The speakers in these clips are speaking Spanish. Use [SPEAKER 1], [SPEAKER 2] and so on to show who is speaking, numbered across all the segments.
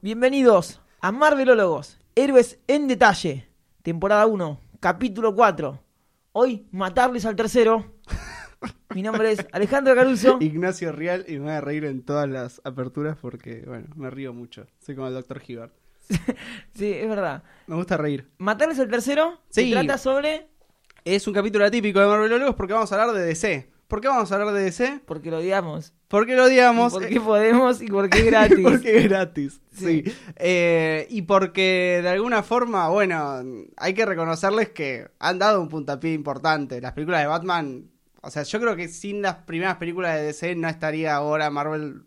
[SPEAKER 1] Bienvenidos a Marvelólogos, Héroes en Detalle, temporada 1, capítulo 4. Hoy, matarles al tercero. Mi nombre es Alejandro Caruso.
[SPEAKER 2] Ignacio Real y me voy a reír en todas las aperturas porque, bueno, me río mucho. Soy como el Dr. Hibbert.
[SPEAKER 1] Sí, es verdad.
[SPEAKER 2] Me gusta reír.
[SPEAKER 1] Matarles al tercero se
[SPEAKER 2] Sí.
[SPEAKER 1] trata sobre...
[SPEAKER 2] Es un capítulo atípico de Marvelólogos porque vamos a hablar de DC. ¿Por qué vamos a hablar de DC?
[SPEAKER 1] Porque lo odiamos.
[SPEAKER 2] Porque lo odiamos.
[SPEAKER 1] Porque podemos y porque es gratis.
[SPEAKER 2] Porque es gratis.
[SPEAKER 1] Sí.
[SPEAKER 2] Sí. Eh, y porque de alguna forma, bueno, hay que reconocerles que han dado un puntapié importante. Las películas de Batman, o sea, yo creo que sin las primeras películas de DC no estaría ahora Marvel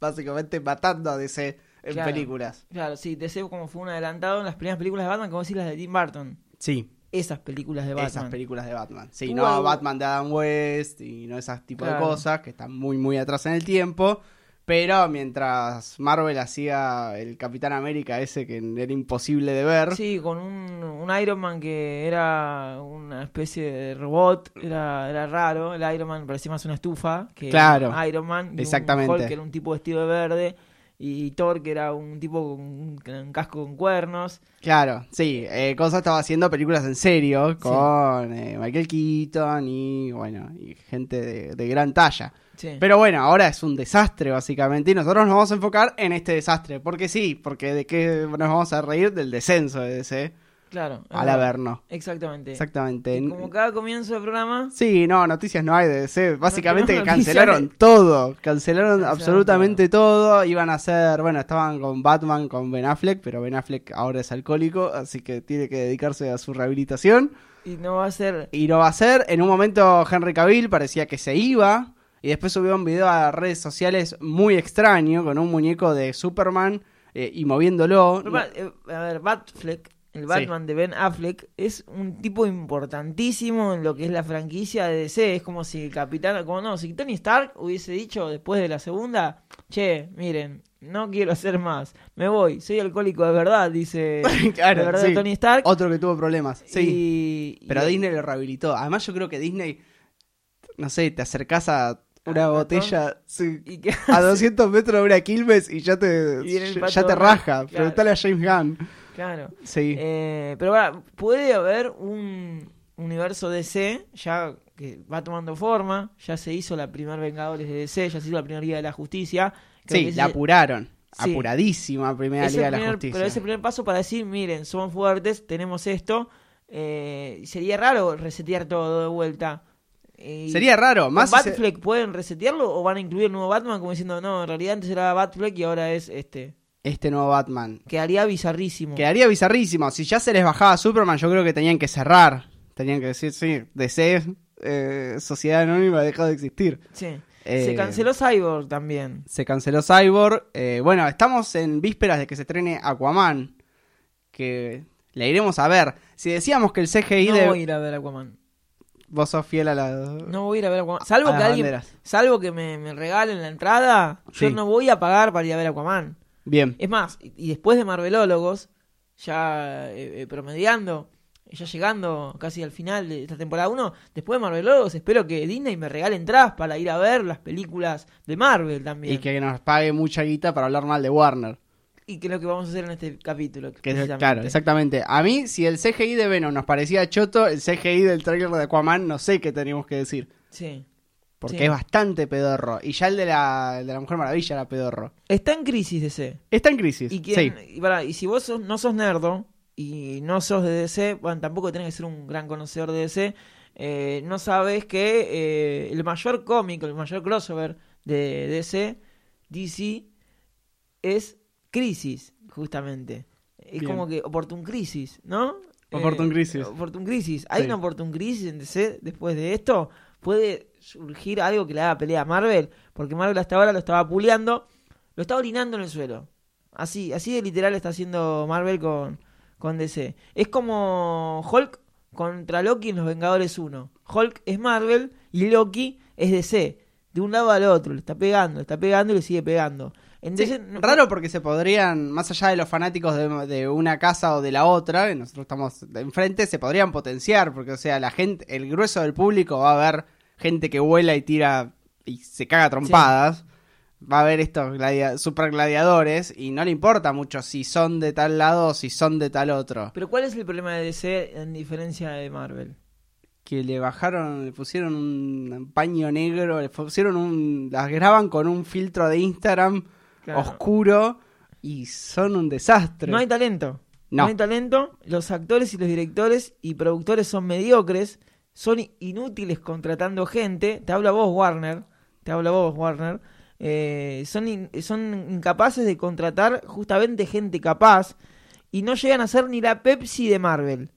[SPEAKER 2] básicamente matando a DC en
[SPEAKER 1] Claro.
[SPEAKER 2] películas.
[SPEAKER 1] Claro, sí, deseo como fue un adelantado en las primeras películas de Batman, como decís las de Tim Burton.
[SPEAKER 2] Sí.
[SPEAKER 1] Esas películas de Batman.
[SPEAKER 2] Esas películas de Batman. Sí,
[SPEAKER 1] Tú
[SPEAKER 2] no
[SPEAKER 1] algo-
[SPEAKER 2] Batman de Adam West y no esas tipo
[SPEAKER 1] Claro.
[SPEAKER 2] de cosas que están muy, muy atrás en el tiempo. Pero mientras Marvel hacía el Capitán América ese que era imposible de ver.
[SPEAKER 1] Sí, con un, un Iron Man que era una especie de robot, era, era raro. El Iron Man parecía más una estufa que
[SPEAKER 2] Claro.
[SPEAKER 1] un Iron Man. y un
[SPEAKER 2] Exactamente.
[SPEAKER 1] Hulk que era un tipo vestido de verde. Y Thor que era un tipo con un, con un casco con cuernos.
[SPEAKER 2] Claro, sí. Eh, Cosa estaba haciendo películas en serio con eh, Michael Keaton y, bueno, y gente de, de gran talla.
[SPEAKER 1] Sí.
[SPEAKER 2] Pero bueno, ahora es un desastre básicamente y nosotros nos vamos a enfocar en este desastre. Porque sí, porque de qué nos vamos a reír del descenso de DC
[SPEAKER 1] claro. es
[SPEAKER 2] al
[SPEAKER 1] verdad.
[SPEAKER 2] Averno.
[SPEAKER 1] Exactamente.
[SPEAKER 2] Exactamente.
[SPEAKER 1] Y como cada comienzo del programa,
[SPEAKER 2] Sí, no, noticias no hay de DC. Básicamente
[SPEAKER 1] tenemos
[SPEAKER 2] que cancelaron
[SPEAKER 1] noticias.
[SPEAKER 2] todo. Cancelaron
[SPEAKER 1] Cancelaron
[SPEAKER 2] absolutamente todo. Iban a hacer, bueno, estaban con Batman, con Ben Affleck, pero Ben Affleck ahora es alcohólico, así que tiene que dedicarse a su rehabilitación.
[SPEAKER 1] y no va a ser.
[SPEAKER 2] Y lo va a hacer. En un momento Henry Cavill parecía que se iba. Y después subió un video a redes sociales muy extraño con un muñeco de Superman eh, y moviéndolo.
[SPEAKER 1] Pero, eh, A ver, Batfleck, el Batman de Ben Affleck, es un tipo importantísimo en lo que es la franquicia de DC. Es como si el Capitán, como no, si Tony Stark hubiese dicho después de la segunda, che, miren, no quiero hacer más, me voy, soy alcohólico de verdad, dice
[SPEAKER 2] Claro,
[SPEAKER 1] de verdad
[SPEAKER 2] sí.
[SPEAKER 1] Tony Stark.
[SPEAKER 2] Otro que tuvo problemas. Sí.
[SPEAKER 1] Y-
[SPEAKER 2] Pero
[SPEAKER 1] y-
[SPEAKER 2] Disney lo rehabilitó. Además, yo creo que Disney, no sé, te acercás a una
[SPEAKER 1] ¿Al
[SPEAKER 2] botella sí,
[SPEAKER 1] y que-
[SPEAKER 2] a 200 metros de una Quilmes y ya te,
[SPEAKER 1] Y viene el
[SPEAKER 2] ya-
[SPEAKER 1] pato
[SPEAKER 2] ya te
[SPEAKER 1] Donald,
[SPEAKER 2] raja.
[SPEAKER 1] claro.
[SPEAKER 2] Preguntale a James Gunn.
[SPEAKER 1] claro.
[SPEAKER 2] Sí.
[SPEAKER 1] Eh, pero ahora, puede haber un universo DC ya que va tomando forma, ya se hizo la primer Vengadores de DC, ya se hizo la primera Liga de la Justicia. Creo que
[SPEAKER 2] sí,
[SPEAKER 1] ese
[SPEAKER 2] la
[SPEAKER 1] es-
[SPEAKER 2] apuraron.
[SPEAKER 1] Sí.
[SPEAKER 2] Apuradísima primera
[SPEAKER 1] es el
[SPEAKER 2] Liga de la
[SPEAKER 1] primer-
[SPEAKER 2] Justicia.
[SPEAKER 1] Pero es el primer paso para decir, miren, somos fuertes, tenemos esto, eh, y sería raro resetear todo de vuelta. Y-
[SPEAKER 2] Sería raro.
[SPEAKER 1] ¿con
[SPEAKER 2] Más si se-
[SPEAKER 1] Batfleck pueden resetearlo o van a incluir el nuevo Batman como diciendo, no, en realidad antes era Batfleck y ahora es este?
[SPEAKER 2] este nuevo Batman.
[SPEAKER 1] Quedaría bizarrísimo.
[SPEAKER 2] Quedaría bizarrísimo. Si ya se les bajaba Superman, yo creo que tenían que cerrar. Tenían que decir, sí, DC, eh, Sociedad Anónima, dejó de existir.
[SPEAKER 1] Sí.
[SPEAKER 2] Eh,
[SPEAKER 1] Se canceló Cyborg también.
[SPEAKER 2] Se canceló Cyborg. Eh, bueno, estamos en vísperas de que se estrene Aquaman. Que la iremos a ver. Si decíamos que el CGI
[SPEAKER 1] No
[SPEAKER 2] de.
[SPEAKER 1] voy a ir a ver Aquaman.
[SPEAKER 2] Vos sos fiel a la.
[SPEAKER 1] No voy a ir a ver Aquaman. Salvo
[SPEAKER 2] a
[SPEAKER 1] que
[SPEAKER 2] las
[SPEAKER 1] alguien,
[SPEAKER 2] banderas.
[SPEAKER 1] salvo que me, me regalen la entrada, yo
[SPEAKER 2] Sí.
[SPEAKER 1] no voy a pagar para ir a ver Aquaman.
[SPEAKER 2] Bien.
[SPEAKER 1] Es más, y y después de Marvelólogos, ya eh, eh, promediando, ya llegando casi al final de esta temporada 1, después de Marvelólogos espero que Disney me regale entradas para ir a ver las películas de Marvel también.
[SPEAKER 2] Y que nos pague mucha guita para hablar mal de Warner.
[SPEAKER 1] Y que es lo que vamos a hacer en este capítulo.
[SPEAKER 2] Que es-
[SPEAKER 1] precisamente.
[SPEAKER 2] claro, exactamente. A mí, si el CGI de Venom nos parecía choto, el CGI del tráiler de Aquaman no sé qué teníamos que decir.
[SPEAKER 1] Sí.
[SPEAKER 2] Porque
[SPEAKER 1] Sí.
[SPEAKER 2] es bastante pedorro. Y ya el de la, el de la Mujer Maravilla era pedorro.
[SPEAKER 1] Está en crisis DC.
[SPEAKER 2] Está en crisis.
[SPEAKER 1] Y,
[SPEAKER 2] Sí.
[SPEAKER 1] quién- y, pará, y si vos sos- no sos nerdo y no sos de DC, bueno, tampoco tenés que ser un gran conocedor de DC, eh, no sabes que eh, el mayor cómic, el mayor crossover de DC, DC, es Crisis, justamente. Es
[SPEAKER 2] Bien.
[SPEAKER 1] como que Oportun Crisis, ¿no? Eh,
[SPEAKER 2] Oportun Crisis.
[SPEAKER 1] Oportun Crisis. ¿Hay
[SPEAKER 2] Sí.
[SPEAKER 1] una Oportun Crisis en DC después de esto? ¿Puede surgir algo que le haga pelea a Marvel? Porque Marvel hasta ahora lo estaba puleando, lo estaba orinando en el suelo. Así, así de literal está haciendo Marvel con, con DC. Es como Hulk contra Loki en Los Vengadores 1. Hulk es Marvel y Loki es DC. De un lado al otro, le está pegando, le está pegando y le sigue pegando.
[SPEAKER 2] Sí,
[SPEAKER 1] Entonces, no-
[SPEAKER 2] raro porque se podrían, más allá de los fanáticos de, de una casa o de la otra, que nosotros estamos de enfrente, se podrían potenciar, porque o sea, la gente, el grueso del público va a ver gente que vuela y tira y se caga a trompadas. va a ver estos gladia- supergladiadores y no le importa mucho si son de tal lado o si son de tal otro.
[SPEAKER 1] Pero ¿cuál es el problema de DC en diferencia de Marvel?
[SPEAKER 2] Que le bajaron, le pusieron un paño negro, le pusieron un. las graban con un filtro de Instagram
[SPEAKER 1] Claro.
[SPEAKER 2] oscuro y son un desastre.
[SPEAKER 1] No hay talento.
[SPEAKER 2] No.
[SPEAKER 1] hay talento. Los actores y los directores y productores son mediocres. Son inútiles contratando gente. Te habla vos, Warner. Te habla vos, Warner. Eh, son, in- son incapaces de contratar justamente gente capaz. Y no llegan a ser ni la Pepsi de Marvel.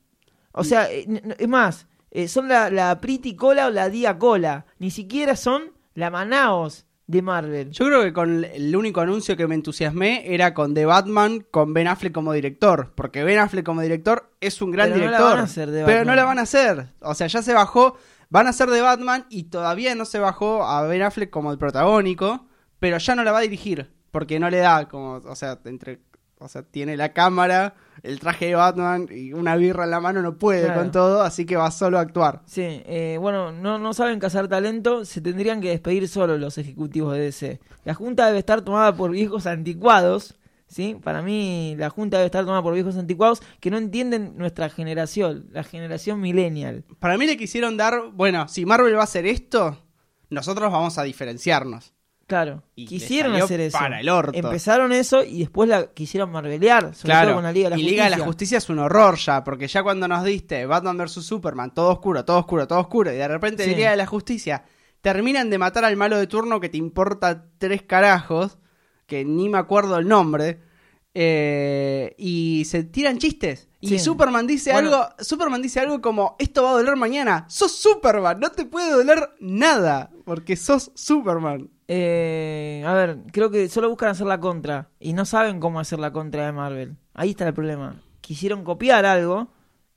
[SPEAKER 1] O sea, eh, n- n- es más, eh, son la, la Pretty Cola o la Dia Cola. Ni siquiera son la Manaos de Marvel.
[SPEAKER 2] Yo creo que con el único anuncio que me entusiasmé era con The Batman con Ben Affleck como director, porque Ben Affleck como director es un gran
[SPEAKER 1] Pero no la
[SPEAKER 2] director,
[SPEAKER 1] van a hacer de
[SPEAKER 2] pero
[SPEAKER 1] Batman.
[SPEAKER 2] no la van a hacer. O sea, ya se bajó, van a ser de Batman y todavía no se bajó a Ben Affleck como el protagónico, pero ya no la va a dirigir, porque no le da como, o sea, entre o sea, tiene la cámara, el traje de Batman y una birra en la mano no puede
[SPEAKER 1] Claro.
[SPEAKER 2] con todo, así que va solo a actuar.
[SPEAKER 1] Sí, eh, bueno, no, no saben cazar talento, se tendrían que despedir solo los ejecutivos de DC. La Junta debe estar tomada por viejos anticuados, ¿sí? Para mí la Junta debe estar tomada por viejos anticuados que no entienden nuestra generación, la generación millennial.
[SPEAKER 2] Para mí le quisieron dar, bueno, si Marvel va a hacer esto, nosotros vamos a diferenciarnos.
[SPEAKER 1] Claro,
[SPEAKER 2] Y
[SPEAKER 1] quisieron
[SPEAKER 2] le salió
[SPEAKER 1] hacer eso.
[SPEAKER 2] para el orto.
[SPEAKER 1] Empezaron eso y después la quisieron marvelear, sobre todo con la Liga de la
[SPEAKER 2] y
[SPEAKER 1] Justicia.
[SPEAKER 2] Liga de la Justicia es un horror ya, porque ya cuando nos diste Batman vs Superman, todo oscuro, todo oscuro, todo oscuro, y de repente
[SPEAKER 1] Sí.
[SPEAKER 2] Liga de la Justicia terminan de matar al malo de turno que te importa tres carajos, que ni me acuerdo el nombre, eh, y se tiran chistes. Y
[SPEAKER 1] Sí.
[SPEAKER 2] Superman dice
[SPEAKER 1] Bueno.
[SPEAKER 2] algo, Superman dice algo como esto va a doler mañana. Sos Superman, no te puede doler nada, porque sos Superman.
[SPEAKER 1] Eh, a ver, creo que solo buscan hacer la contra y no saben cómo hacer la contra de Marvel. Ahí está el problema. Quisieron copiar algo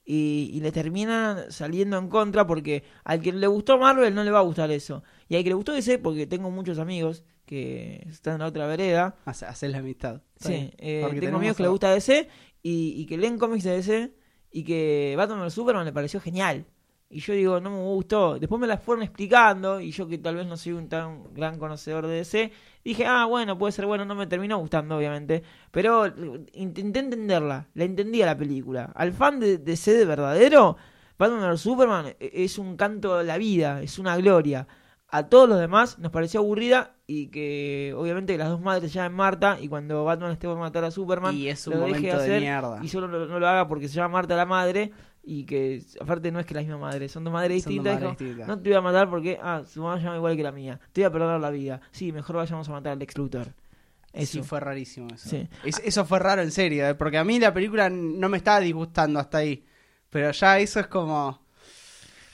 [SPEAKER 1] y, y le terminan saliendo en contra porque al que le gustó Marvel no le va a gustar eso. Y al que le gustó ese, porque tengo muchos amigos que están en la otra vereda.
[SPEAKER 2] Hace- Haces la amistad. Está bien.
[SPEAKER 1] Sí, eh,
[SPEAKER 2] Porque
[SPEAKER 1] tengo
[SPEAKER 2] tenemos
[SPEAKER 1] amigos que
[SPEAKER 2] a-
[SPEAKER 1] le gusta DC y, y que leen cómics de DC y que Batman vs Superman le pareció genial. Y yo digo, no me gustó. Después me las fueron explicando y yo que tal vez no soy un tan gran conocedor de DC, dije, ah, bueno, puede ser bueno, no me terminó gustando, obviamente. Pero eh, intenté entenderla, la entendía la película. Al fan de de DC de verdadero, Batman vs Superman eh, es un canto a la vida, es una gloria a todos los demás nos pareció aburrida y que obviamente las dos madres se llaman Marta y cuando Batman esté por matar a Superman
[SPEAKER 2] Y es un
[SPEAKER 1] lo deje
[SPEAKER 2] momento de
[SPEAKER 1] hacer
[SPEAKER 2] mierda.
[SPEAKER 1] y solo no, no lo haga porque se llama Marta la madre y que aparte no es que la misma madre, son dos madres
[SPEAKER 2] Son dos
[SPEAKER 1] distintas,
[SPEAKER 2] madres
[SPEAKER 1] dijo,
[SPEAKER 2] distintas.
[SPEAKER 1] no te voy a matar porque ah, su mamá se llama igual que la mía, te voy a perdonar la vida, sí, mejor vayamos a matar al ex Luthor. Eso.
[SPEAKER 2] Sí, fue rarísimo eso.
[SPEAKER 1] Sí.
[SPEAKER 2] Es- eso fue raro en serio, eh, porque a mí la película n- no me estaba disgustando hasta ahí. Pero ya eso es como.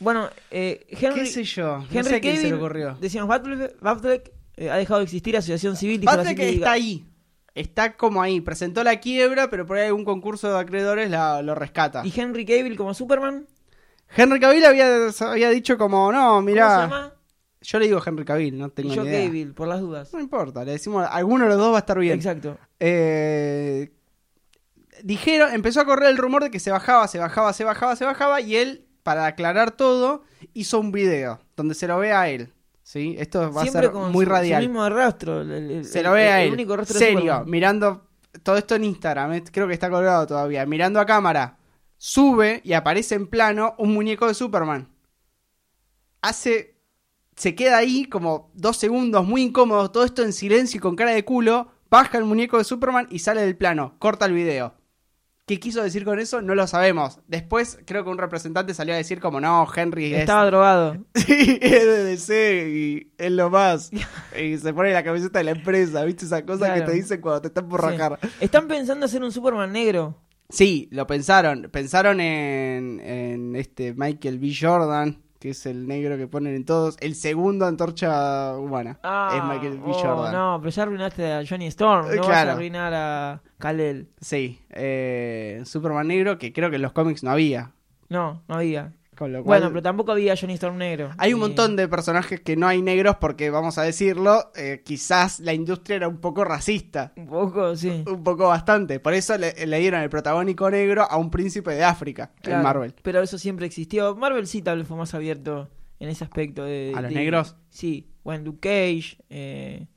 [SPEAKER 1] Bueno, eh,
[SPEAKER 2] ¿Qué
[SPEAKER 1] Henry,
[SPEAKER 2] sé yo? No
[SPEAKER 1] Henry
[SPEAKER 2] sé a quién se le
[SPEAKER 1] Cavill,
[SPEAKER 2] ocurrió.
[SPEAKER 1] decíamos, Batfleck, Batfleck, eh, ha dejado de existir asociación civil. dijo la
[SPEAKER 2] Pasa que
[SPEAKER 1] científica.
[SPEAKER 2] está ahí. Está como ahí. Presentó la quiebra, pero por ahí algún concurso de acreedores la- lo rescata.
[SPEAKER 1] ¿Y Henry Cavill como Superman?
[SPEAKER 2] Henry Cavill había, había dicho como, no,
[SPEAKER 1] ¿Cómo se
[SPEAKER 2] mirá.
[SPEAKER 1] llama?
[SPEAKER 2] Yo le digo Henry Cavill, no
[SPEAKER 1] Y
[SPEAKER 2] tengo
[SPEAKER 1] yo
[SPEAKER 2] ni idea.
[SPEAKER 1] Cavill, por las dudas.
[SPEAKER 2] No importa, le decimos, alguno de los dos va a estar bien.
[SPEAKER 1] Exacto.
[SPEAKER 2] Eh, dijeron, empezó a correr el rumor de que se bajaba, se bajaba, se bajaba, se bajaba, y él, para aclarar todo, hizo un video donde se lo ve a él. ¿sí? Esto va a ser muy
[SPEAKER 1] su-
[SPEAKER 2] radial.
[SPEAKER 1] Su mismo rastro. el- el-
[SPEAKER 2] se
[SPEAKER 1] el-
[SPEAKER 2] lo ve
[SPEAKER 1] el-
[SPEAKER 2] a él.
[SPEAKER 1] El único rastro de
[SPEAKER 2] serio,
[SPEAKER 1] Superman.
[SPEAKER 2] mirando todo esto en Instagram, eh, creo que está colgado todavía. Mirando a cámara, sube y aparece en plano un muñeco de Superman. Hace. Se queda ahí como dos segundos muy incómodo, todo esto en silencio y con cara de culo. Baja el muñeco de Superman y sale del plano. Corta el video. ¿Qué quiso decir con eso? No lo sabemos. Después creo que un representante salió a decir como no, Henry es
[SPEAKER 1] Estaba drogado.
[SPEAKER 2] Sí, es de DC y es lo más. Y se pone la camiseta de la empresa, ¿viste? Esa cosa
[SPEAKER 1] Claro.
[SPEAKER 2] que te dicen cuando te están por
[SPEAKER 1] Sí.
[SPEAKER 2] rajar.
[SPEAKER 1] Están pensando hacer un Superman negro.
[SPEAKER 2] Sí, lo pensaron. Pensaron en, en este Michael B. Jordan, que es el negro que ponen en todos. El segundo antorcha humana
[SPEAKER 1] Ah,
[SPEAKER 2] es Michael B.
[SPEAKER 1] oh,
[SPEAKER 2] Jordan.
[SPEAKER 1] No, pero ya arruinaste a Johnny Storm. No
[SPEAKER 2] Eh,
[SPEAKER 1] vas a
[SPEAKER 2] claro.
[SPEAKER 1] arruinar a Kalel.
[SPEAKER 2] Sí, eh, Superman negro, que creo que en los cómics no había.
[SPEAKER 1] No, no había.
[SPEAKER 2] Con lo cual...
[SPEAKER 1] Bueno, pero tampoco había Johnny Storm negro.
[SPEAKER 2] Hay un
[SPEAKER 1] Y-
[SPEAKER 2] montón de personajes que no hay negros porque, vamos a decirlo, eh, quizás la industria era un poco racista.
[SPEAKER 1] Un poco, sí.
[SPEAKER 2] Un poco bastante. Por eso le, le dieron el protagónico negro a un príncipe de África
[SPEAKER 1] Claro,
[SPEAKER 2] en Marvel.
[SPEAKER 1] Pero eso siempre existió. Marvel sí tal vez fue más abierto en ese aspecto de...
[SPEAKER 2] ¿A los
[SPEAKER 1] de-
[SPEAKER 2] negros?
[SPEAKER 1] Sí. Bueno, Luke Cage, eh,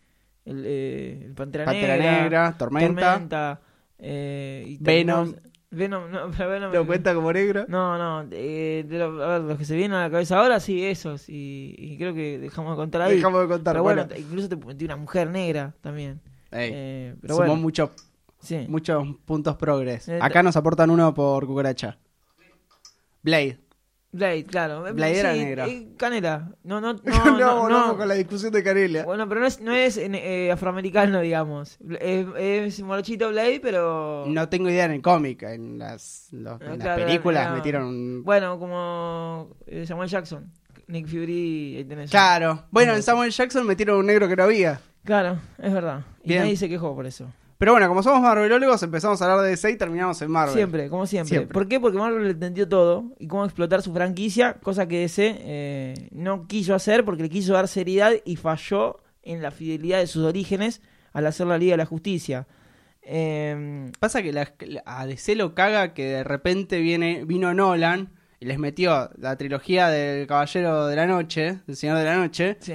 [SPEAKER 1] el, eh, el Pantera,
[SPEAKER 2] Pantera
[SPEAKER 1] Negra,
[SPEAKER 2] Negra, Tormenta.
[SPEAKER 1] Tormenta, eh, y
[SPEAKER 2] Venom.
[SPEAKER 1] terminamos- Venom, no, pero Venom.
[SPEAKER 2] ¿Lo cuenta como negro?
[SPEAKER 1] No, no, eh, de lo- a ver, los que se vienen a la cabeza ahora, sí, esos. Y, y creo que dejamos de contar ahí.
[SPEAKER 2] Dejamos de contar.
[SPEAKER 1] pero bueno,
[SPEAKER 2] bueno,
[SPEAKER 1] te- incluso te metí una mujer negra también.
[SPEAKER 2] Ey,
[SPEAKER 1] Eh, pero
[SPEAKER 2] sumó
[SPEAKER 1] bueno,
[SPEAKER 2] mucho-
[SPEAKER 1] sí.
[SPEAKER 2] muchos puntos progres.
[SPEAKER 1] Eh,
[SPEAKER 2] Acá nos aportan uno por cucaracha. Blade.
[SPEAKER 1] Blade, claro. Eh,
[SPEAKER 2] Blade era
[SPEAKER 1] sí,
[SPEAKER 2] negra.
[SPEAKER 1] eh, canela. No, no, no.
[SPEAKER 2] No,
[SPEAKER 1] no, no,
[SPEAKER 2] volvamos con la discusión de Carelia.
[SPEAKER 1] Bueno, pero no es, no es eh, afroamericano, digamos. Bla- eh, Es, es morochito Blade, pero.
[SPEAKER 2] No tengo idea en el cómic, en las, los-
[SPEAKER 1] No,
[SPEAKER 2] en las
[SPEAKER 1] claro,
[SPEAKER 2] películas
[SPEAKER 1] era-
[SPEAKER 2] metieron... un-
[SPEAKER 1] Bueno, como eh, Samuel Jackson, Nick Fury, ahí tenés.
[SPEAKER 2] Claro. Bueno, en Samuel Jackson metieron un negro que no había.
[SPEAKER 1] Claro, es verdad. Y
[SPEAKER 2] Bien.
[SPEAKER 1] nadie se quejó por eso.
[SPEAKER 2] Pero bueno, como somos marvelólogos, empezamos a hablar de DC y terminamos en Marvel.
[SPEAKER 1] Siempre, como siempre.
[SPEAKER 2] Siempre.
[SPEAKER 1] ¿Por qué? Porque Marvel entendió todo y cómo explotar su franquicia, cosa que DC eh, no quiso hacer porque le quiso dar seriedad y falló en la fidelidad de sus orígenes al hacer la Liga de la Justicia. Eh,
[SPEAKER 2] Pasa que la- a DC lo caga que de repente viene, vino Nolan y les metió la trilogía del Caballero de la Noche, del Señor de la Noche.
[SPEAKER 1] sí.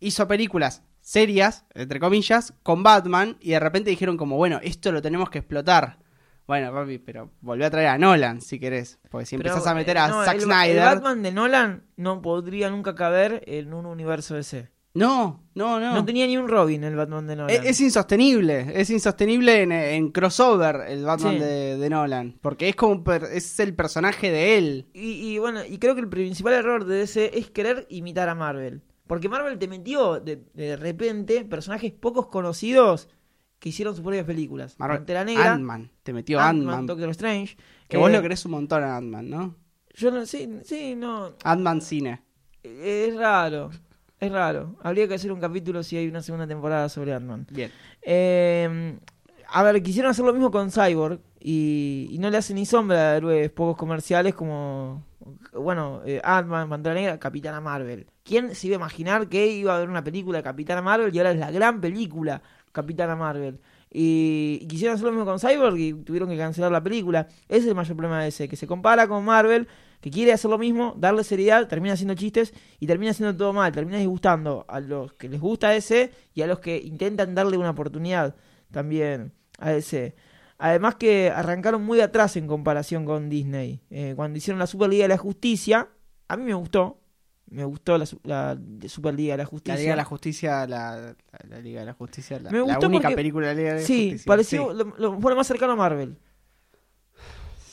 [SPEAKER 2] Hizo películas serias, entre comillas, con Batman y de repente dijeron como, bueno, esto lo tenemos que explotar. Bueno, papi, pero volví a traer a Nolan si querés. Porque si
[SPEAKER 1] Pero,
[SPEAKER 2] empezás a meter
[SPEAKER 1] eh,
[SPEAKER 2] a
[SPEAKER 1] no,
[SPEAKER 2] Zack
[SPEAKER 1] el-
[SPEAKER 2] Snyder.
[SPEAKER 1] El Batman de Nolan no podría nunca caber en un universo DC.
[SPEAKER 2] No, no, no. E-
[SPEAKER 1] No tenía ni un Robin el Batman de Nolan.
[SPEAKER 2] es, es insostenible, es insostenible en, en crossover el Batman
[SPEAKER 1] Sí.
[SPEAKER 2] de, de Nolan, porque es como un per- es el personaje de él.
[SPEAKER 1] Y, y bueno, y creo que el principal error de DC es querer imitar a Marvel. Porque Marvel te metió de, de repente personajes pocos conocidos que hicieron sus propias películas.
[SPEAKER 2] Marvel-
[SPEAKER 1] Pantera Negra,
[SPEAKER 2] Ant-Man, te metió
[SPEAKER 1] Ant-Man,
[SPEAKER 2] Ant-Man,
[SPEAKER 1] Doctor Strange.
[SPEAKER 2] que
[SPEAKER 1] Eh,
[SPEAKER 2] vos lo querés un montón a Ant-Man, ¿no?
[SPEAKER 1] Yo no, sí, sí, no.
[SPEAKER 2] Ant-Man cine.
[SPEAKER 1] eh, Es raro. Es raro. Habría que hacer un capítulo si hay una segunda temporada sobre Ant-Man.
[SPEAKER 2] Bien.
[SPEAKER 1] Eh, a ver, quisieron hacer lo mismo con Cyborg y, y no le hacen ni sombra a héroes pocos comerciales como, bueno, eh, Ant-Man, Pantera Negra, Capitana Marvel. ¿Quién se iba a imaginar que iba a haber una película de Capitana Marvel y ahora es la gran película Capitana Marvel? Y, y quisieron hacer lo mismo con Cyborg y tuvieron que cancelar la película. Ese es el mayor problema de ese, que se compara con Marvel, que quiere hacer lo mismo, darle seriedad, termina haciendo chistes y termina haciendo todo mal, termina disgustando a los que les gusta ese y a los que intentan darle una oportunidad también a ese. Además que arrancaron muy atrás en comparación con Disney. Eh, cuando hicieron la Superliga de la Justicia, a mí me gustó. Me gustó la, su- la de Superliga de la Justicia.
[SPEAKER 2] La Liga de la Justicia, la, la- la Liga de la Justicia, la,
[SPEAKER 1] Me
[SPEAKER 2] la
[SPEAKER 1] gustó
[SPEAKER 2] única
[SPEAKER 1] porque-
[SPEAKER 2] película de la Liga de la
[SPEAKER 1] Sí,
[SPEAKER 2] Justicia.
[SPEAKER 1] pareció lo, lo- fue lo más cercano a Marvel.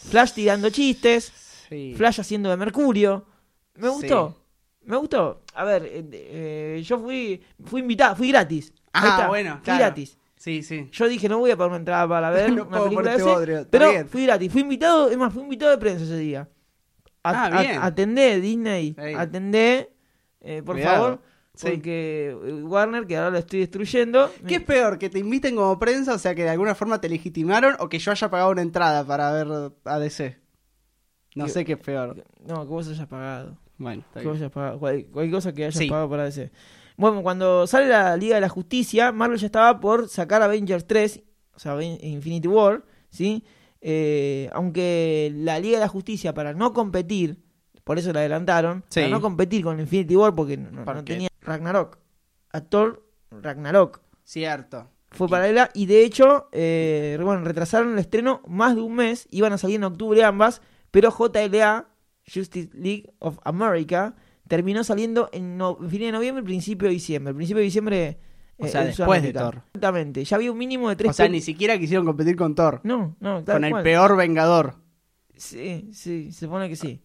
[SPEAKER 1] Flash tirando chistes,
[SPEAKER 2] Sí.
[SPEAKER 1] Flash haciendo de Mercurio. Me
[SPEAKER 2] Sí.
[SPEAKER 1] gustó. Me gustó. A ver, eh, eh, yo fui fui invitado, fui gratis.
[SPEAKER 2] Ah,
[SPEAKER 1] Ahí está,
[SPEAKER 2] bueno,
[SPEAKER 1] fui
[SPEAKER 2] claro.
[SPEAKER 1] gratis.
[SPEAKER 2] Sí, sí.
[SPEAKER 1] Yo dije, no voy a pagar una entrada para ver
[SPEAKER 2] No
[SPEAKER 1] una
[SPEAKER 2] puedo
[SPEAKER 1] película de
[SPEAKER 2] ponerte
[SPEAKER 1] ese,
[SPEAKER 2] bodrio, está
[SPEAKER 1] pero
[SPEAKER 2] bien.
[SPEAKER 1] fui gratis. Fui invitado, es más, fui invitado de prensa ese día. A-
[SPEAKER 2] Ah,
[SPEAKER 1] a-
[SPEAKER 2] bien.
[SPEAKER 1] atendé, Disney.
[SPEAKER 2] Ey.
[SPEAKER 1] Atendé, eh, por
[SPEAKER 2] Cuidado.
[SPEAKER 1] favor.
[SPEAKER 2] Sí.
[SPEAKER 1] Porque eh, Warner, que ahora lo estoy destruyendo. me-
[SPEAKER 2] ¿Qué es peor? ¿Que te inviten como prensa? O sea, que de alguna forma te legitimaron o que yo haya pagado una entrada para ver a DC. No
[SPEAKER 1] Yo-
[SPEAKER 2] sé qué es peor.
[SPEAKER 1] No, que vos hayas pagado.
[SPEAKER 2] Bueno, está
[SPEAKER 1] Que
[SPEAKER 2] bien.
[SPEAKER 1] hayas pagado, cual- cualquier cosa que hayas
[SPEAKER 2] Sí.
[SPEAKER 1] pagado para DC. Bueno, cuando sale la Liga de la Justicia, Marvel ya estaba por sacar Avengers 3, o sea, Aven- Infinity War, ¿sí? Eh, aunque la Liga de la Justicia, para no competir, por eso la adelantaron,
[SPEAKER 2] Sí.
[SPEAKER 1] para no competir con Infinity War, porque no, no
[SPEAKER 2] Porque-
[SPEAKER 1] tenía Ragnarok, actor Ragnarok,
[SPEAKER 2] Cierto.
[SPEAKER 1] fue paralela y de hecho, eh, bueno, retrasaron el estreno más de un mes, iban a salir en octubre ambas, pero JLA, Justice League of America, terminó saliendo en no- fin de noviembre, principio de diciembre. Principio de diciembre...
[SPEAKER 2] O
[SPEAKER 1] eh,
[SPEAKER 2] sea,
[SPEAKER 1] en
[SPEAKER 2] después de
[SPEAKER 1] Sudamérica.
[SPEAKER 2] Thor.
[SPEAKER 1] Exactamente, ya había un mínimo de tres...
[SPEAKER 2] O sea,
[SPEAKER 1] pe-
[SPEAKER 2] ni siquiera quisieron competir con Thor.
[SPEAKER 1] No, no, tal
[SPEAKER 2] Con el
[SPEAKER 1] cual.
[SPEAKER 2] peor Vengador.
[SPEAKER 1] Sí, sí, se supone que sí.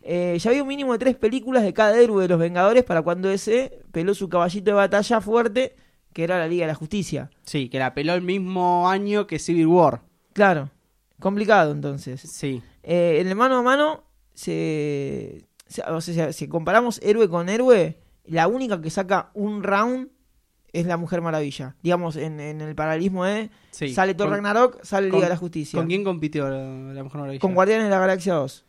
[SPEAKER 1] Eh, ya había un mínimo de tres películas de cada héroe de los Vengadores para cuando ese peló su caballito de batalla fuerte, que era la Liga de la Justicia.
[SPEAKER 2] Sí, que la peló el mismo año que Civil War.
[SPEAKER 1] Claro, complicado entonces.
[SPEAKER 2] Sí.
[SPEAKER 1] Eh, en el mano a mano, se, se- o sea, si comparamos héroe con héroe, la única que saca un round es la Mujer Maravilla. Digamos, en, en el paralelismo ¿eh? sale Thor
[SPEAKER 2] ¿Con,
[SPEAKER 1] Ragnarok, sale
[SPEAKER 2] con-
[SPEAKER 1] Liga de la Justicia.
[SPEAKER 2] ¿Con
[SPEAKER 1] ¿Con,
[SPEAKER 2] quién compitió la, la Mujer Maravilla?
[SPEAKER 1] Guardianes de la Galaxia 2.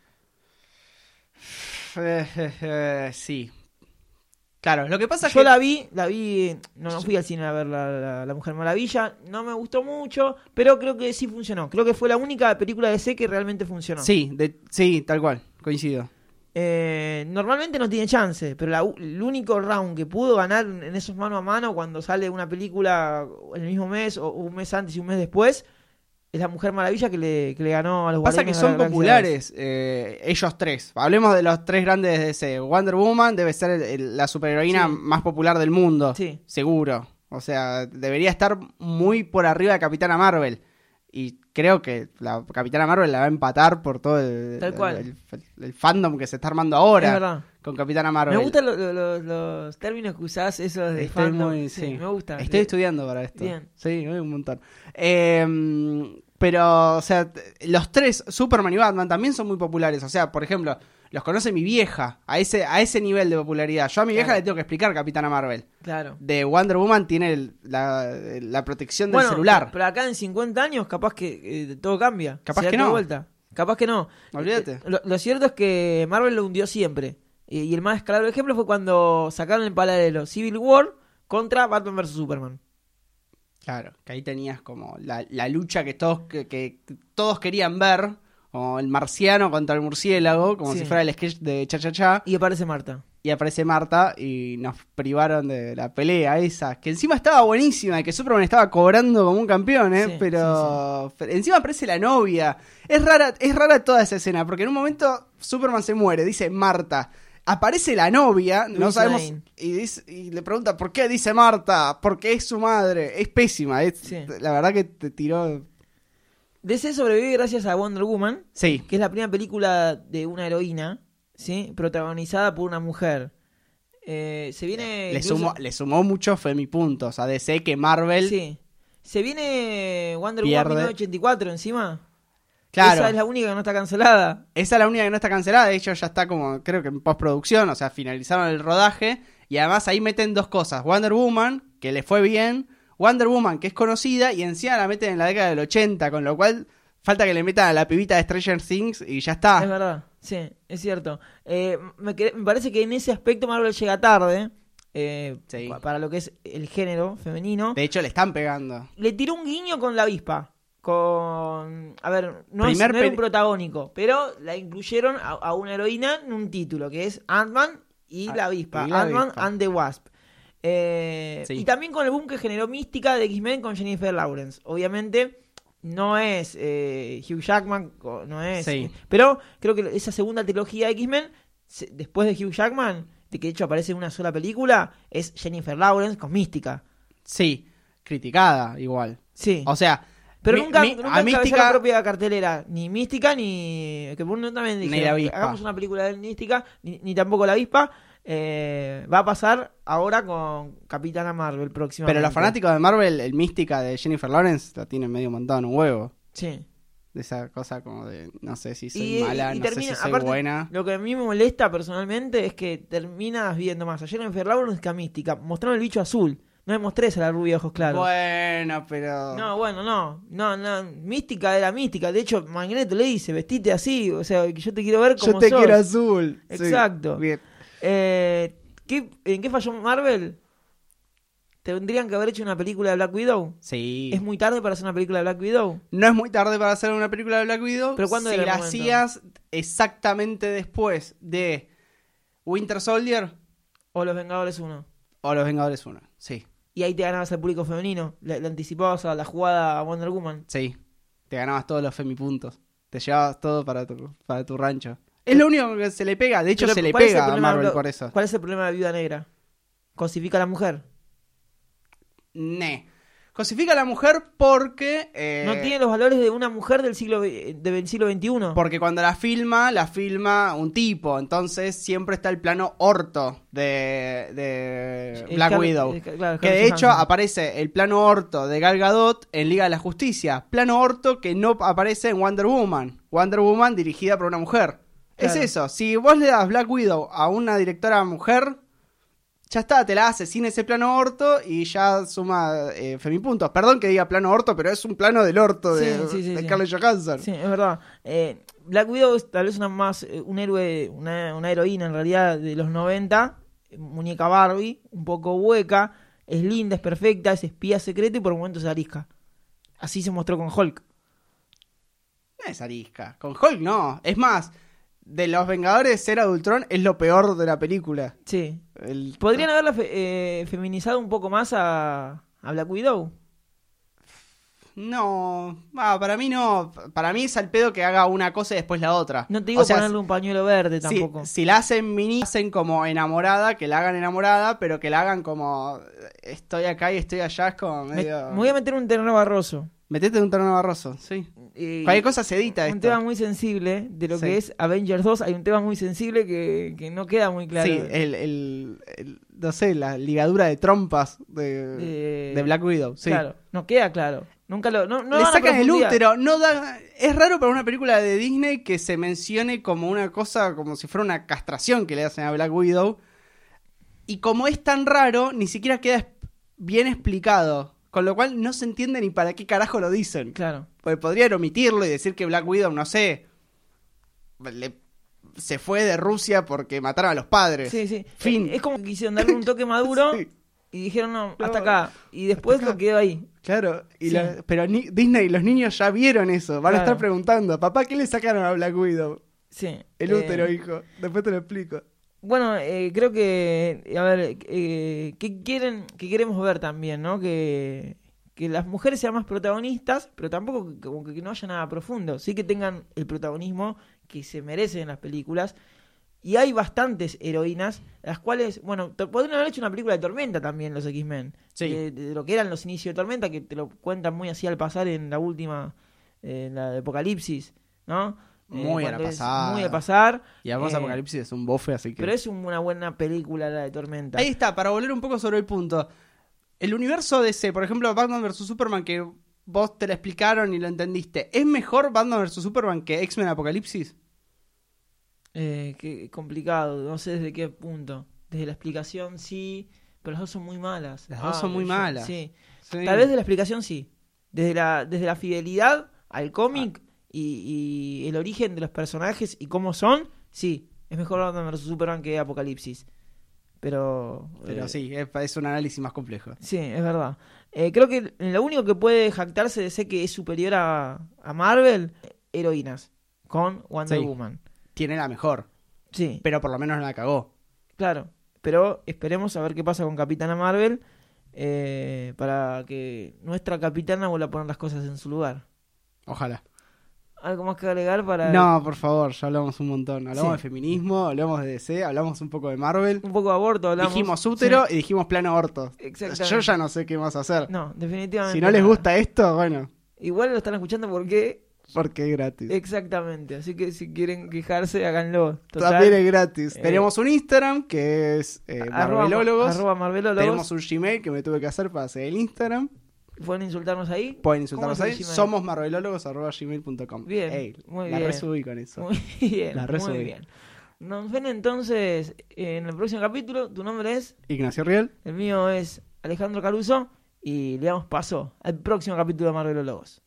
[SPEAKER 2] Eh, eh, eh, sí. Claro, lo que pasa es
[SPEAKER 1] Yo
[SPEAKER 2] que...
[SPEAKER 1] la vi, la vi, no, no fui al cine a ver la, la- la Mujer Maravilla, no me gustó mucho, pero creo que sí funcionó. Creo que fue la única película de C que realmente funcionó.
[SPEAKER 2] Sí, de- sí, tal cual. Coincido.
[SPEAKER 1] eh, normalmente no tiene chance, pero la u- el único round que pudo ganar en esos mano a mano cuando sale una película en el mismo mes o un mes antes y un mes después es la Mujer Maravilla que le, que le ganó a los
[SPEAKER 2] Pasa que
[SPEAKER 1] Guardianes de la
[SPEAKER 2] son
[SPEAKER 1] Galaxia dos.
[SPEAKER 2] populares eh, ellos tres. Hablemos de los tres grandes de ese. Wonder Woman debe ser el- el- la superheroína
[SPEAKER 1] Sí.
[SPEAKER 2] más popular del mundo.
[SPEAKER 1] Sí.
[SPEAKER 2] Seguro. O sea, debería estar muy por arriba de Capitana Marvel. Y creo que la Capitana Marvel la va a empatar por todo el,
[SPEAKER 1] Tal cual.
[SPEAKER 2] el- el- el fandom que se está armando
[SPEAKER 1] Es
[SPEAKER 2] ahora
[SPEAKER 1] verdad.
[SPEAKER 2] con Capitana Marvel.
[SPEAKER 1] Me gustan lo- lo- lo- los términos que usás, esos de
[SPEAKER 2] Estoy
[SPEAKER 1] fandom.
[SPEAKER 2] muy-
[SPEAKER 1] Sí,
[SPEAKER 2] sí.
[SPEAKER 1] me gusta.
[SPEAKER 2] Estoy estudiando para esto.
[SPEAKER 1] Bien.
[SPEAKER 2] Sí, un montón. Eh, pero, o sea, t- los tres, Superman y Batman, también son muy populares. O sea, por ejemplo, los conoce mi vieja, a ese, a ese nivel de popularidad. Yo a mi vieja
[SPEAKER 1] Claro.
[SPEAKER 2] le tengo que explicar Capitana Marvel.
[SPEAKER 1] Claro.
[SPEAKER 2] De Wonder Woman tiene el- la, la protección del
[SPEAKER 1] Bueno,
[SPEAKER 2] celular.
[SPEAKER 1] pero acá en 50 años capaz que eh, todo cambia.
[SPEAKER 2] Capaz
[SPEAKER 1] se da
[SPEAKER 2] que
[SPEAKER 1] toda
[SPEAKER 2] no.
[SPEAKER 1] vuelta. Capaz que no.
[SPEAKER 2] Olvídate.
[SPEAKER 1] Eh, Lo, lo cierto es que Marvel lo hundió siempre. Y, y el más claro ejemplo fue cuando sacaron el paralelo Civil War contra Batman vs. Superman.
[SPEAKER 2] Claro, que ahí tenías como la, la lucha que todos, que, que todos querían ver, o el marciano contra el murciélago, como
[SPEAKER 1] Sí.
[SPEAKER 2] si fuera el sketch de Cha Cha Cha.
[SPEAKER 1] Y aparece Marta.
[SPEAKER 2] y aparece Marta y nos privaron de la pelea esa, que encima estaba buenísima, que Superman estaba cobrando como un campeón, ¿eh?
[SPEAKER 1] Sí,
[SPEAKER 2] pero, pero encima aparece la novia. Es rara, es rara toda esa escena, porque en un momento Superman se muere, dice Marta. Aparece la novia, no
[SPEAKER 1] Lois
[SPEAKER 2] sabemos,
[SPEAKER 1] Lane.
[SPEAKER 2] y, dice- y le pregunta, ¿por qué dice Marta? Porque es su madre, es pésima, es-
[SPEAKER 1] Sí.
[SPEAKER 2] la verdad que te tiró...
[SPEAKER 1] DC sobrevive gracias a Wonder Woman,
[SPEAKER 2] Sí,
[SPEAKER 1] que es la primera película de una heroína, ¿sí? Protagonizada por una mujer. Eh, se viene...
[SPEAKER 2] le
[SPEAKER 1] incluso-
[SPEAKER 2] sumó, le sumó muchos femipuntos a DC que Marvel...
[SPEAKER 1] Sí. Se viene Wonder
[SPEAKER 2] Pierde.
[SPEAKER 1] Woman 1984 encima.
[SPEAKER 2] Claro.
[SPEAKER 1] Esa es la única que no está cancelada.
[SPEAKER 2] Esa es la única que no está cancelada, de hecho ya está como, creo que en postproducción, o sea, finalizaron el rodaje. Y además ahí meten dos cosas, Wonder Woman, que le fue bien, Wonder Woman, que es conocida, y encima la meten en la década del 80, con lo cual falta que le metan a la pibita de Stranger Things y ya
[SPEAKER 1] Es
[SPEAKER 2] está.
[SPEAKER 1] verdad, sí, es cierto. Eh, me, cre- me parece que en ese aspecto Marvel llega tarde eh,
[SPEAKER 2] Sí.
[SPEAKER 1] pa- para lo que es el género femenino.
[SPEAKER 2] De hecho le están pegando.
[SPEAKER 1] Le tiró un guiño con la avispa. Con. A ver, no, es,
[SPEAKER 2] Primer
[SPEAKER 1] no era
[SPEAKER 2] pe-
[SPEAKER 1] un protagónico, pero la incluyeron a, a una heroína en un título que es Ant-Man y
[SPEAKER 2] Ah,
[SPEAKER 1] la avispa.
[SPEAKER 2] y la
[SPEAKER 1] Ant-Man
[SPEAKER 2] avispa.
[SPEAKER 1] and the Wasp. Eh,
[SPEAKER 2] Sí.
[SPEAKER 1] Y también con el boom que generó Mística de X-Men con Jennifer Lawrence. Obviamente no es eh, Hugh Jackman, co- no es. eh,
[SPEAKER 2] Sí.
[SPEAKER 1] pero creo que esa segunda trilogía de X-Men, se- después de Hugh Jackman, de que de hecho aparece en una sola película, es Jennifer Lawrence con Mística.
[SPEAKER 2] Sí, criticada igual.
[SPEAKER 1] Sí.
[SPEAKER 2] O sea,
[SPEAKER 1] Pero
[SPEAKER 2] mi-
[SPEAKER 1] nunca,
[SPEAKER 2] mi-
[SPEAKER 1] nunca
[SPEAKER 2] a
[SPEAKER 1] encabezó
[SPEAKER 2] Mística-
[SPEAKER 1] la propia cartelera, ni Mística, ni. Que por un- también
[SPEAKER 2] Ni
[SPEAKER 1] dijeron,
[SPEAKER 2] la avispa.
[SPEAKER 1] hagamos una película de Mística, ni, ni tampoco la avispa. eh, va a pasar ahora con Capitana Marvel próximamente.
[SPEAKER 2] pero los fanáticos de Marvel, el mística de Jennifer Lawrence, la tienen medio montado en un huevo.
[SPEAKER 1] Sí.
[SPEAKER 2] De esa cosa como de, no sé si soy
[SPEAKER 1] Y-
[SPEAKER 2] mala,
[SPEAKER 1] y
[SPEAKER 2] no
[SPEAKER 1] termina-
[SPEAKER 2] sé si soy
[SPEAKER 1] aparte-
[SPEAKER 2] buena.
[SPEAKER 1] Lo que a mí me molesta personalmente es que terminas viendo más a Jennifer Lawrence que a Mística. Mostraron el bicho azul. No me mostrés a la rubia de ojos claros.
[SPEAKER 2] Bueno, pero...
[SPEAKER 1] No, bueno, no, no, no, mística era mística. De hecho, Magneto le dice, vestite así, o sea, que yo te quiero ver como
[SPEAKER 2] Yo te
[SPEAKER 1] sos.
[SPEAKER 2] quiero azul. Sí,
[SPEAKER 1] Exacto.
[SPEAKER 2] bien.
[SPEAKER 1] Eh, ¿qué- ¿En qué falló Marvel? Tendrían que haber hecho una película de Black Widow.
[SPEAKER 2] Sí.
[SPEAKER 1] Es muy tarde para hacer una película de Black Widow.
[SPEAKER 2] No es muy tarde para hacer una película de Black Widow.
[SPEAKER 1] Pero ¿cuándo
[SPEAKER 2] si
[SPEAKER 1] era el
[SPEAKER 2] la
[SPEAKER 1] momento?
[SPEAKER 2] hacías exactamente después de Winter Soldier
[SPEAKER 1] O Los Vengadores 1.
[SPEAKER 2] o Los Vengadores 1. Sí,
[SPEAKER 1] Y ahí te ganabas al público femenino. Le, le anticipabas a la jugada a Wonder Woman.
[SPEAKER 2] sí. Te ganabas todos los femipuntos. Te llevabas todo para tu, para tu rancho. Es lo único que se le pega. De hecho,
[SPEAKER 1] Eh, Pero,
[SPEAKER 2] se le
[SPEAKER 1] ¿cuál es el
[SPEAKER 2] pega a
[SPEAKER 1] problema de
[SPEAKER 2] Marvel
[SPEAKER 1] Bla-
[SPEAKER 2] por eso.
[SPEAKER 1] ¿Cuál es el problema de Viuda Negra? Cosifica a la mujer.
[SPEAKER 2] Ne. Cosifica a la mujer porque... eh,
[SPEAKER 1] No tiene los valores de una mujer del siglo, ve- del siglo XXI.
[SPEAKER 2] Porque cuando la filma, la filma un tipo. Entonces siempre está el plano orto de, de
[SPEAKER 1] Eh,
[SPEAKER 2] Black
[SPEAKER 1] Scar-
[SPEAKER 2] Widow.
[SPEAKER 1] eh, claro,
[SPEAKER 2] Que de
[SPEAKER 1] Scarlett
[SPEAKER 2] hecho
[SPEAKER 1] Johansson.
[SPEAKER 2] aparece el plano orto de Gal Gadot en Liga de la Justicia. Plano orto que no aparece en Wonder Woman. Wonder Woman dirigida por una mujer. Es
[SPEAKER 1] Claro.
[SPEAKER 2] eso. Si vos le das Black Widow a una directora mujer, ya está, te la hace sin ese plano orto y ya suma eh, femipuntos. Perdón que diga plano orto, pero es un plano del orto de,
[SPEAKER 1] Sí, sí, sí,
[SPEAKER 2] de
[SPEAKER 1] sí.
[SPEAKER 2] Scarlett Johansson.
[SPEAKER 1] Sí, es verdad. Eh, Black Widow es tal vez una más, eh, un héroe, una, una heroína en realidad de los 90, eh, muñeca Barbie, un poco hueca, es linda, es perfecta, es espía secreta y por momentos es arisca. Así se mostró con Hulk.
[SPEAKER 2] No es arisca. Con Hulk no. Es más, de los Vengadores, ser Ultron es lo peor de la película.
[SPEAKER 1] Sí.
[SPEAKER 2] El-
[SPEAKER 1] Podrían haberla fe- eh, feminizado un poco más a, a Black Widow.
[SPEAKER 2] No, ah, para mí no. Para mí es al pedo que haga una cosa y después la otra.
[SPEAKER 1] No te digo
[SPEAKER 2] O sea,
[SPEAKER 1] ponerle un pañuelo verde
[SPEAKER 2] si-
[SPEAKER 1] tampoco.
[SPEAKER 2] Si, la hacen mini, hacen como enamorada, que la hagan enamorada, pero que la hagan como eh, estoy acá y estoy allá, es como
[SPEAKER 1] Me,
[SPEAKER 2] medio.
[SPEAKER 1] me voy a meter un terreno barroso.
[SPEAKER 2] Metete en un tono barroso, sí.
[SPEAKER 1] Eh,
[SPEAKER 2] Cualquier cosa se edita
[SPEAKER 1] un
[SPEAKER 2] esto.
[SPEAKER 1] tema muy sensible de lo
[SPEAKER 2] Sí.
[SPEAKER 1] que es Avengers 2. Hay un tema muy sensible que, que no queda muy claro.
[SPEAKER 2] Sí, el, el- el- no sé, la ligadura de trompas de,
[SPEAKER 1] De-
[SPEAKER 2] de Black Widow. Sí.
[SPEAKER 1] Claro, no queda claro. Nunca lo. No, no
[SPEAKER 2] Le
[SPEAKER 1] van a
[SPEAKER 2] sacan el
[SPEAKER 1] profundidad.
[SPEAKER 2] útero, no da, es raro para una película de Disney que se mencione como una cosa, como si fuera una castración que le hacen a Black Widow. Y como es tan raro, ni siquiera queda es- bien explicado. Con lo cual no se entiende ni para qué carajo lo dicen.
[SPEAKER 1] Claro.
[SPEAKER 2] Porque podrían omitirlo y decir que Black Widow, no sé, le- se fue de Rusia porque mataron a los padres.
[SPEAKER 1] Sí, sí.
[SPEAKER 2] Fin.
[SPEAKER 1] Es como que quisieron darle un toque maduro
[SPEAKER 2] Sí.
[SPEAKER 1] y dijeron, no,
[SPEAKER 2] No,
[SPEAKER 1] hasta acá. Y después
[SPEAKER 2] hasta acá.
[SPEAKER 1] lo quedó ahí.
[SPEAKER 2] Claro, y
[SPEAKER 1] Sí.
[SPEAKER 2] la- pero ni- Disney, los niños ya vieron eso. Van a
[SPEAKER 1] Claro.
[SPEAKER 2] estar preguntando, papá, ¿qué le sacaron a Black Widow?
[SPEAKER 1] Sí.
[SPEAKER 2] El
[SPEAKER 1] Eh,
[SPEAKER 2] útero, hijo. Después te lo explico.
[SPEAKER 1] Bueno, eh, creo que, a ver, eh, que quieren, que queremos ver también, ¿no? Que, que las mujeres sean más protagonistas, pero tampoco que- como que no haya nada profundo. Sí que tengan el protagonismo que se merecen en las películas. Y hay bastantes heroínas, las cuales, bueno, to- podrían haber hecho una película de Tormenta también, los X-Men.
[SPEAKER 2] Sí.
[SPEAKER 1] De, de lo que eran los inicios de Tormenta, que te lo cuentan muy así al pasar en la última, eh, en la de Apocalipsis, ¿no? Eh,
[SPEAKER 2] Muy a la
[SPEAKER 1] cuando es
[SPEAKER 2] pasada.
[SPEAKER 1] Muy a pasar.
[SPEAKER 2] Y además
[SPEAKER 1] Eh,
[SPEAKER 2] Apocalipsis es un bofe, así que...
[SPEAKER 1] Pero es una buena película la de Tormenta.
[SPEAKER 2] Ahí está, para volver un poco sobre el punto. El universo DC, por ejemplo, Batman vs. Superman, que vos te lo explicaron y lo entendiste. ¿Es mejor Batman vs. Superman que X-Men Apocalipsis?
[SPEAKER 1] Eh, qué complicado, no sé desde qué punto. Desde la explicación sí, pero las dos son muy malas. Ah,
[SPEAKER 2] Las dos son muy malas.
[SPEAKER 1] Sí.
[SPEAKER 2] Sí.
[SPEAKER 1] Tal vez de la explicación sí. Desde la, desde la fidelidad al cómic
[SPEAKER 2] Ah.
[SPEAKER 1] y, y el origen de los personajes y cómo son, sí. Es mejor Batman vs. Superman que Apocalipsis. Pero...
[SPEAKER 2] Pero
[SPEAKER 1] eh,
[SPEAKER 2] sí, es, es un análisis más complejo.
[SPEAKER 1] Sí, es verdad. Eh, creo que lo único que puede jactarse de ser que es superior a, a Marvel, heroínas, con Wonder
[SPEAKER 2] Sí.
[SPEAKER 1] Woman.
[SPEAKER 2] Tiene la mejor,
[SPEAKER 1] Sí,
[SPEAKER 2] pero por lo menos no la cagó.
[SPEAKER 1] claro. Pero esperemos a ver qué pasa con Capitana Marvel eh, para que nuestra capitana vuelva a poner las cosas en su lugar.
[SPEAKER 2] Ojalá.
[SPEAKER 1] ¿Algo más que agregar para
[SPEAKER 2] No, por favor, ya hablamos un montón. Hablamos
[SPEAKER 1] Sí.
[SPEAKER 2] de feminismo, hablamos de DC, hablamos un poco de Marvel.
[SPEAKER 1] un poco de aborto? Hablamos.
[SPEAKER 2] Dijimos útero y dijimos plano orto.
[SPEAKER 1] Sí, exactamente.
[SPEAKER 2] Yo ya no sé qué más hacer.
[SPEAKER 1] No, definitivamente.
[SPEAKER 2] si no les
[SPEAKER 1] nada.
[SPEAKER 2] gusta esto, bueno,
[SPEAKER 1] Igual lo están escuchando porque...
[SPEAKER 2] porque es gratis.
[SPEAKER 1] Eh, Exactamente. Así que si quieren quejarse, háganlo. Total,
[SPEAKER 2] También es gratis.
[SPEAKER 1] eh,
[SPEAKER 2] Tenemos un Instagram que es eh,
[SPEAKER 1] arroba-
[SPEAKER 2] Marvelólogos.
[SPEAKER 1] arroba Marvelólogos.
[SPEAKER 2] Tenemos un Gmail que me tuve que hacer para hacer el Instagram.
[SPEAKER 1] Pueden insultarnos ahí.
[SPEAKER 2] Pueden insultarnos
[SPEAKER 1] ¿Cómo es
[SPEAKER 2] ahí.
[SPEAKER 1] el Gmail?
[SPEAKER 2] Somos marvelólogos.gmail.com.
[SPEAKER 1] Bien,
[SPEAKER 2] Ey,
[SPEAKER 1] muy
[SPEAKER 2] la
[SPEAKER 1] bien.
[SPEAKER 2] resubí con eso.
[SPEAKER 1] Muy bien.
[SPEAKER 2] La resubí.
[SPEAKER 1] muy bien. Nos ven entonces en el próximo capítulo. Tu nombre es,
[SPEAKER 2] Ignacio Riel.
[SPEAKER 1] el mío es Alejandro Caruso. Y le damos paso al próximo capítulo de Marvelólogos.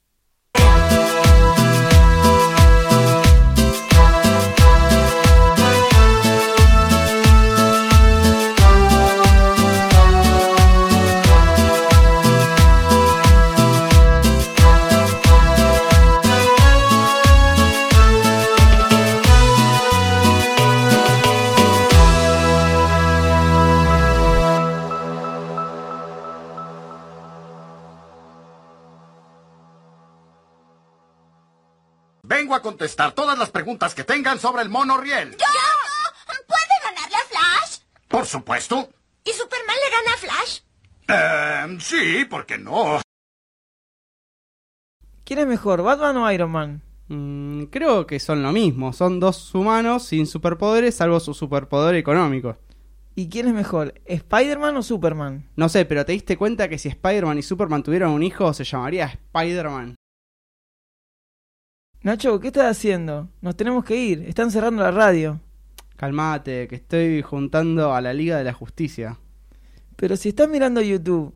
[SPEAKER 3] Vengo a contestar todas las preguntas que tengan sobre el mono riel.
[SPEAKER 4] ¿Puede ganarle a Flash?
[SPEAKER 3] Por supuesto.
[SPEAKER 4] ¿Y Superman le gana a Flash?
[SPEAKER 3] Eh, sí, ¿por qué no?
[SPEAKER 1] ¿Quién es mejor, Batman o Iron Man?
[SPEAKER 2] Mm, creo que son lo mismo. Son dos humanos sin superpoderes, salvo su superpoder económico.
[SPEAKER 1] ¿Y quién es mejor, Spider-Man o Superman?
[SPEAKER 2] No sé, pero te diste cuenta que si Spider-Man y Superman tuvieran un hijo, se llamaría Spider-Man.
[SPEAKER 1] Nacho, ¿qué estás haciendo? Nos tenemos que ir. Están cerrando la radio.
[SPEAKER 2] Calmate, que estoy juntando a la Liga de la Justicia.
[SPEAKER 1] Pero si estás mirando YouTube,